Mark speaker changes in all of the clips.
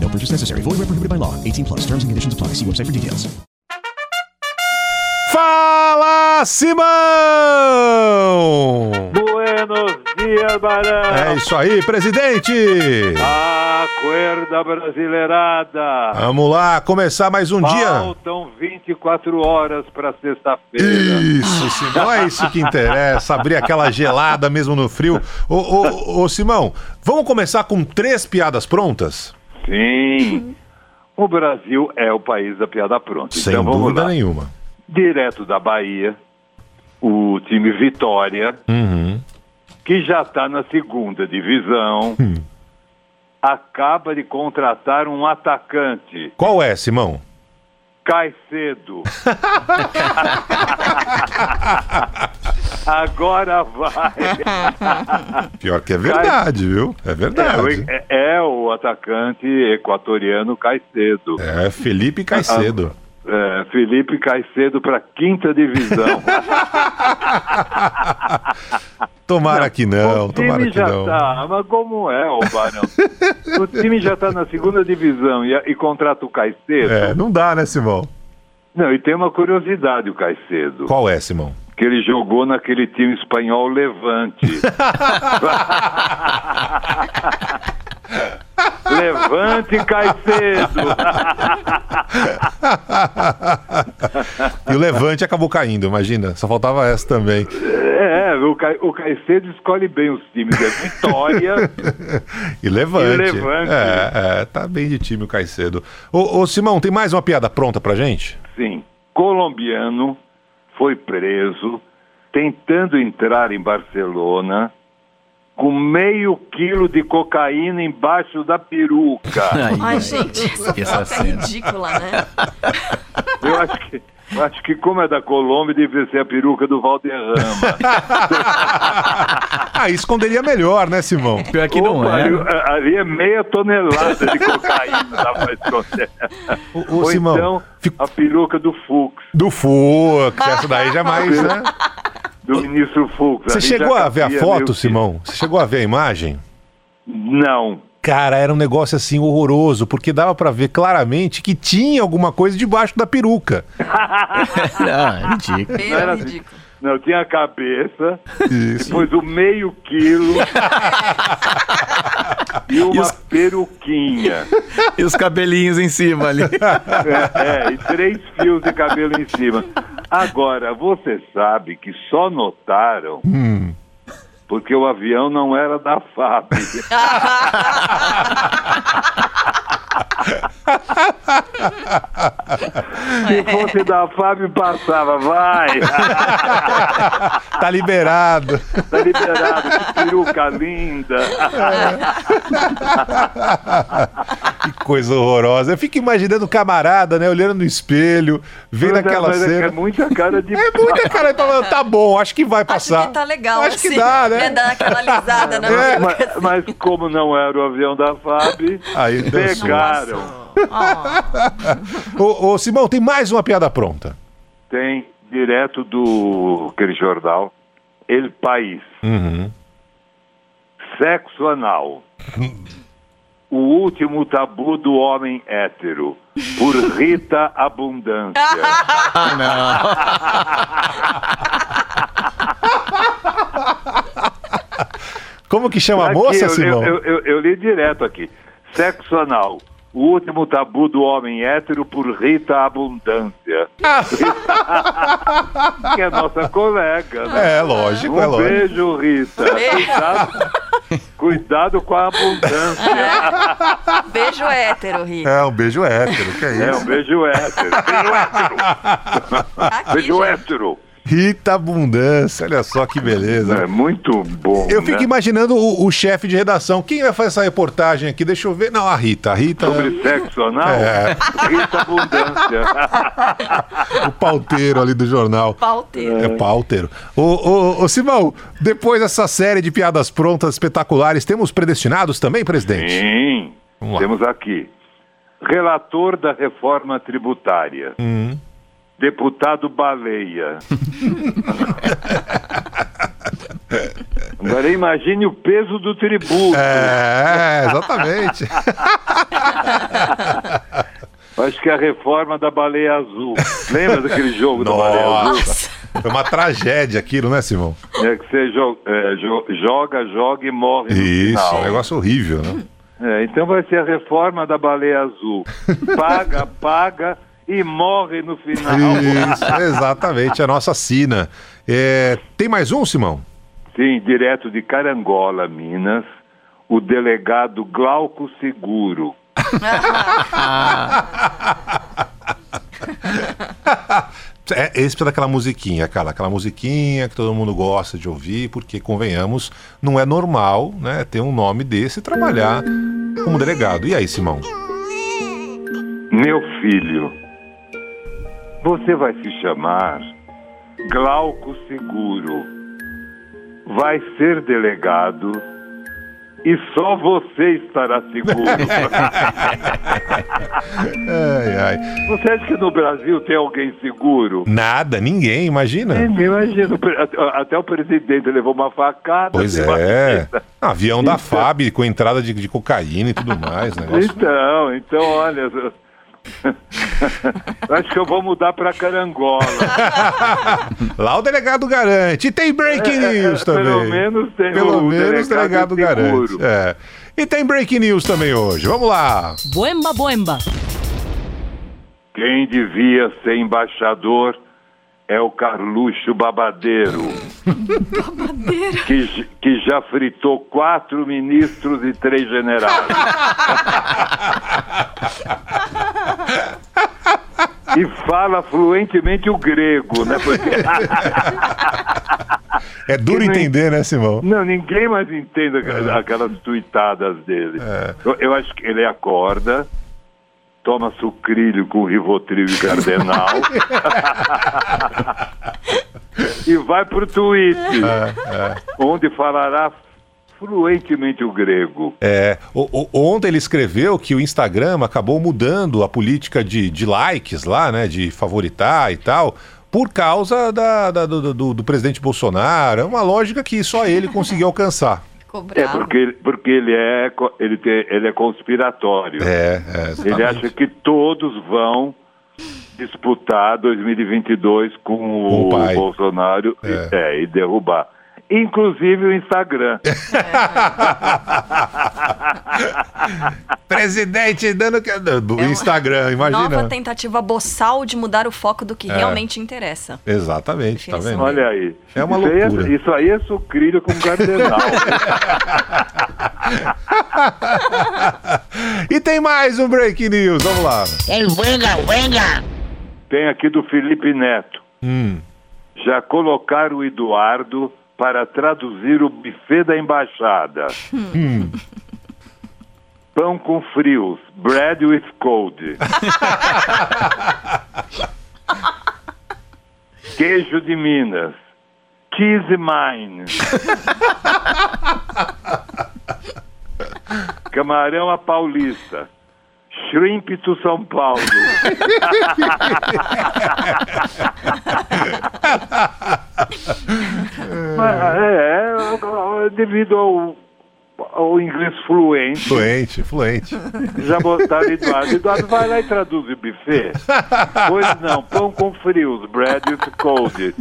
Speaker 1: No purchase necessary. Void where prohibited by law. 18 plus. Terms and conditions apply. See website for details.
Speaker 2: Fala, Simão!
Speaker 3: Buenos dias, Barão!
Speaker 2: É isso aí, presidente!
Speaker 3: Acorda, brasileirada!
Speaker 2: Vamos lá, começar mais um dia.
Speaker 3: Faltam 24 horas para sexta-feira.
Speaker 2: Isso, Simão, é isso que interessa, abrir aquela gelada mesmo no frio. Ô, ô, ô, Simão, vamos começar com três piadas prontas?
Speaker 3: Sim! O Brasil é o país da piada pronta.
Speaker 2: Sem
Speaker 3: então vamos
Speaker 2: dúvida
Speaker 3: lá.
Speaker 2: nenhuma.
Speaker 3: Direto da Bahia, o time Vitória,
Speaker 2: Uhum.
Speaker 3: que já está na segunda divisão,
Speaker 2: Hum.
Speaker 3: acaba de contratar um atacante.
Speaker 2: Qual é, Simão?
Speaker 3: cai cedo. Agora
Speaker 2: É
Speaker 3: vai.
Speaker 2: Pior que é verdade, viu? É
Speaker 3: É, o-
Speaker 2: verdade.
Speaker 3: é- é o atacante equatoriano Caicedo.
Speaker 2: É, Felipe Caicedo.
Speaker 3: É, Felipe Caicedo para quinta divisão.
Speaker 2: Tomara que não,
Speaker 3: o time
Speaker 2: É, um tomara que
Speaker 3: já tá.
Speaker 2: não.
Speaker 3: está, mas como é, ô Barão? o time já está na segunda divisão e, e contrata o Caicedo.
Speaker 2: É, não dá, né, Simão?
Speaker 3: Não, e tem uma curiosidade o Caicedo,
Speaker 2: Qual é, Simão?
Speaker 3: que ele jogou naquele time espanhol Levante. Levante, Caicedo!
Speaker 2: E o Levante acabou caindo, imagina. Só faltava essa também.
Speaker 3: É, o, Ca... o Caicedo escolhe bem os times. É Vitória.
Speaker 2: E Levante.
Speaker 3: E Levante.
Speaker 2: É, é, tá bem de time o Caicedo. Ô, ô, Simão, tem mais uma piada pronta pra gente?
Speaker 3: Sim, colombiano foi preso tentando entrar em Barcelona com meio quilo de cocaína embaixo da peruca.
Speaker 4: Ai, gente, essa
Speaker 5: essa
Speaker 4: foto é ridícula, né?
Speaker 3: Eu acho que, eu acho que como é da Colômbia, deve ser a peruca do Valderrama.
Speaker 2: Ah, esconderia melhor, né, Simão?
Speaker 5: Pior que
Speaker 6: Oh
Speaker 5: não
Speaker 3: Opa,
Speaker 5: é.
Speaker 3: ali- a- Ali é meia tonelada de cocaína. dá pra esconder.
Speaker 2: Ô, ô,
Speaker 3: Ou
Speaker 2: Simão.
Speaker 3: então,
Speaker 2: fico-
Speaker 3: a peruca do Fux,
Speaker 2: Do Fux, essa daí já é mais, né?
Speaker 3: do ministro Fux.
Speaker 2: Você
Speaker 3: Ali
Speaker 2: chegou
Speaker 3: já
Speaker 2: a ver a
Speaker 3: cabia meio
Speaker 2: foto,
Speaker 3: que-
Speaker 2: Simão? Você chegou a ver a imagem?
Speaker 3: Não.
Speaker 2: Cara, era um negócio assim horroroso, porque dava pra ver claramente que tinha alguma coisa debaixo da peruca.
Speaker 5: Não, é ridículo.
Speaker 4: Bem
Speaker 3: Não era- assim.
Speaker 4: ridículo.
Speaker 3: Não, tinha a cabeça,
Speaker 2: Isso.
Speaker 3: depois o meio quilo e uma
Speaker 5: E os-
Speaker 3: peruquinha.
Speaker 5: E os cabelinhos em cima ali.
Speaker 3: É, é, e três fios de cabelo em cima. Agora, você sabe que só notaram
Speaker 5: Hum.
Speaker 3: porque o avião não era da FAB. Se fosse da FAB, passava, vai,
Speaker 2: Tá liberado.
Speaker 3: tá liberado, que peruca linda.
Speaker 2: Que coisa horrorosa. Eu fico imaginando o camarada, né? Olhando no espelho, vendo aquela
Speaker 3: Mas é-
Speaker 2: cena.
Speaker 3: É muita cara de.
Speaker 2: É muita cara. ele fala, Tá bom, acho que vai passar.
Speaker 7: Acho que tá legal.
Speaker 2: Acho que
Speaker 7: assim,
Speaker 2: dá, né?
Speaker 7: Dar aquela alisada na
Speaker 2: É.
Speaker 7: boca.
Speaker 3: Mas, mas como não era o avião da FAB,
Speaker 2: Aí deu
Speaker 3: pegaram.
Speaker 2: Ô, ô, Simão, tem mais uma piada pronta.
Speaker 3: Tem, direto do aquele jornal, El País.
Speaker 2: Uhum.
Speaker 3: Sexo anal. O último tabu do homem hétero. Por Rita Abundância.
Speaker 2: Como que chama a
Speaker 3: Aqui,
Speaker 2: moça,
Speaker 3: eu,
Speaker 2: Simão?
Speaker 3: Eu, eu- eu li direto aqui. Sexo anal. O último tabu do homem hétero por Rita Abundância. que é nossa colega, né?
Speaker 2: É, lógico,
Speaker 3: um
Speaker 2: é lógico.
Speaker 3: beijo, Rita. Cuidado, cuidado com a abundância.
Speaker 7: Beijo hétero, Rita.
Speaker 2: É, um beijo hétero, que é
Speaker 3: É,
Speaker 2: isso?
Speaker 3: um beijo hétero. Beijo hétero.
Speaker 7: Aqui,
Speaker 3: Beijo
Speaker 7: gente.
Speaker 3: hétero.
Speaker 2: Rita Abundância, olha só que beleza.
Speaker 3: É muito bom,
Speaker 2: Eu fico
Speaker 3: né?
Speaker 2: imaginando o, o chefe de redação. Quem vai fazer essa reportagem aqui? Deixa eu ver. Não, a Rita. A Rita, né?
Speaker 3: Sobre sexo anal,
Speaker 2: É.
Speaker 3: Rita Abundância.
Speaker 2: o pauteiro ali do jornal.
Speaker 7: Pauteiro.
Speaker 2: É pauteiro. Ô, ô, ô, Simão, depois dessa série de piadas prontas espetaculares, temos predestinados também, presidente?
Speaker 3: Sim.
Speaker 2: Vamos lá.
Speaker 3: Temos aqui. Relator da reforma tributária.
Speaker 2: Hum.
Speaker 3: Deputado Baleia. Agora imagine o peso do tributo.
Speaker 2: É, exatamente.
Speaker 3: Acho que é a reforma da baleia azul. Lembra daquele jogo da baleia azul?
Speaker 2: Nossa. Foi uma tragédia aquilo, né, Simão?
Speaker 3: É que você jo- é, jo- joga, joga e morre no
Speaker 2: Isso,
Speaker 3: final.
Speaker 2: um negócio horrível, né?
Speaker 3: É, então vai ser a reforma da baleia azul. Paga, paga e morre no final.
Speaker 2: Isso, exatamente, a nossa sina. É, tem mais um, Simão?
Speaker 3: Sim, direto de Carangola, Minas, o delegado Glauco Seguro.
Speaker 2: É, esse precisa daquela musiquinha, aquela, aquela musiquinha que todo mundo gosta de ouvir, porque, convenhamos, não é normal né, ter um nome desse e trabalhar como delegado. E aí, Simão?
Speaker 3: Meu filho, você vai se chamar Glauco Seguro. Vai ser delegado e só você estará seguro.
Speaker 2: Ai, ai.
Speaker 3: você acha que no Brasil tem alguém seguro?
Speaker 2: Nada, ninguém, imagina.
Speaker 3: Imagina, até o presidente levou uma facada.
Speaker 2: Pois
Speaker 3: levou-
Speaker 2: é. Avião da FAB com entrada de, de cocaína e tudo mais, né? negócio.
Speaker 3: Então, então, olha. Acho que eu vou mudar para Carangola.
Speaker 2: Lá o delegado garante. E tem breaking
Speaker 3: É, é,
Speaker 2: news
Speaker 3: é,
Speaker 2: também.
Speaker 3: pelo menos tem
Speaker 2: Pelo
Speaker 3: o
Speaker 2: menos
Speaker 3: delegado
Speaker 2: o delegado
Speaker 3: seguro.
Speaker 2: garante. É. E tem breaking news também hoje. Vamos lá.
Speaker 8: Boemba, boemba.
Speaker 3: Quem devia ser embaixador é o Carluxo Babadeiro. Que, j- que já fritou quatro ministros e três generais. E fala fluentemente o grego, né? Porque
Speaker 2: É duro
Speaker 3: Que nem-
Speaker 2: entender, né, Simão?
Speaker 3: Não, ninguém mais entende aquelas, aquelas tuitadas dele. Eu, eu acho que ele acorda, toma sucrilho com rivotril e cardenal e vai pro tweet, onde falará fluentemente o grego.
Speaker 2: É, o- o- ontem ele escreveu que o Instagram acabou mudando a política de, de likes lá, né? De favoritar e tal, por causa da- da- do, do- do presidente Bolsonaro. É uma lógica que só ele conseguiu alcançar.
Speaker 7: Ficou
Speaker 3: É
Speaker 7: bravo.
Speaker 3: porque, porque ele é co- ele, tem- ele é conspiratório.
Speaker 2: É, é.
Speaker 3: Ele
Speaker 2: exatamente.
Speaker 3: acha que todos vão disputar 2022 com
Speaker 2: Com o
Speaker 3: o,
Speaker 2: pai.
Speaker 3: Bolsonaro e-
Speaker 2: É.
Speaker 3: é, e derrubar. Inclusive o Instagram.
Speaker 2: Presidente dando. que- Do
Speaker 7: É uma
Speaker 2: Instagram, imagina.
Speaker 7: Nova tentativa boçal de mudar o foco do
Speaker 2: É.
Speaker 7: que realmente interessa.
Speaker 2: Exatamente, tá vendo?
Speaker 7: Definição.
Speaker 3: Olha aí.
Speaker 2: É uma
Speaker 3: isso
Speaker 2: loucura.
Speaker 3: Aí é, isso aí é sucrilho com cardenal.
Speaker 2: E tem mais um break news, vamos lá.
Speaker 3: Tem aqui do Felipe Neto.
Speaker 2: Hum.
Speaker 3: Já colocaram o Eduardo para traduzir o buffet da embaixada. Pão com frios. Bread with cold. Queijo de Minas. Cheese mine. Camarão a paulista. Shrimp to São Paulo. Mas, é, é, é, devido ao, ao inglês fluente,
Speaker 2: Fluente, fluente.
Speaker 3: já botaram Eduardo. Eduardo, vai lá e traduz o buffet. Pois não, pão com frios, bread with cold.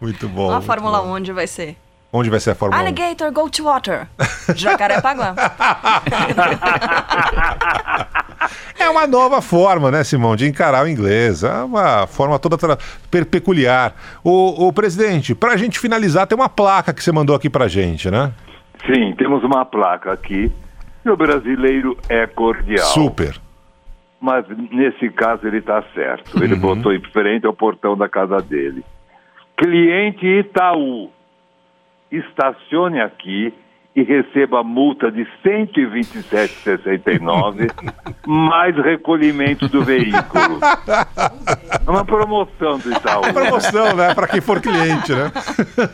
Speaker 2: Muito bom.
Speaker 7: a
Speaker 2: muito
Speaker 7: Fórmula Ah,
Speaker 2: bom.
Speaker 7: 1 onde vai ser?
Speaker 2: Onde vai ser a Fórmula 1?
Speaker 7: Alligator go to water. Jacarepaguá.
Speaker 2: É uma nova forma, né, Simão, de encarar o inglês. É uma forma toda tra- per- peculiar. O, presidente, pra gente finalizar, tem uma placa que você mandou aqui pra gente, né?
Speaker 3: Sim, temos uma placa aqui. E o brasileiro é cordial.
Speaker 2: Super.
Speaker 3: Mas nesse caso ele está certo. Ele botou em frente ao portão da casa dele. Cliente Itaú, estacione aqui e receba a multa de 127,69 mais recolhimento do veículo. É uma promoção do Itaú.
Speaker 2: Promoção, né? Pra quem for cliente, né?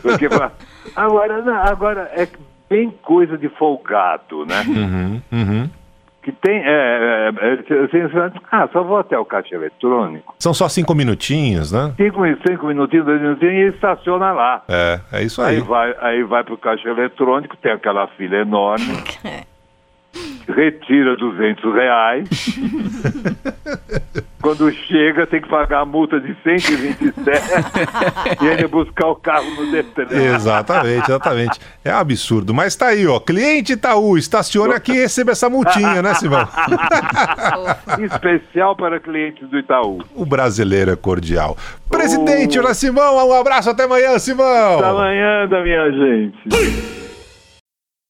Speaker 3: Porque fala, agora, não, agora é bem coisa de folgado, né? Que tem. É, é, é, assim, você fala, ah, só vou até o caixa eletrônico.
Speaker 2: São só cinco minutinhos, né?
Speaker 3: Cinco, mi- cinco minutinhos, dois minutinhos e estaciona lá.
Speaker 2: É, é isso
Speaker 3: Aí
Speaker 2: aí.
Speaker 3: vai, aí vai pro caixa eletrônico, tem aquela fila enorme. Retira 200 reais. Quando chega, tem que pagar a multa de 127 e ele buscar o carro no
Speaker 2: É.
Speaker 3: Detran.
Speaker 2: Exatamente, exatamente. É um absurdo. Mas tá aí, ó. Cliente Itaú, estaciona aqui e receba essa multinha, né, Simão?
Speaker 3: Especial para clientes do Itaú.
Speaker 2: O brasileiro é cordial. Presidente, olha, Simão, um abraço, até amanhã, Simão!
Speaker 3: Até amanhã, da minha gente.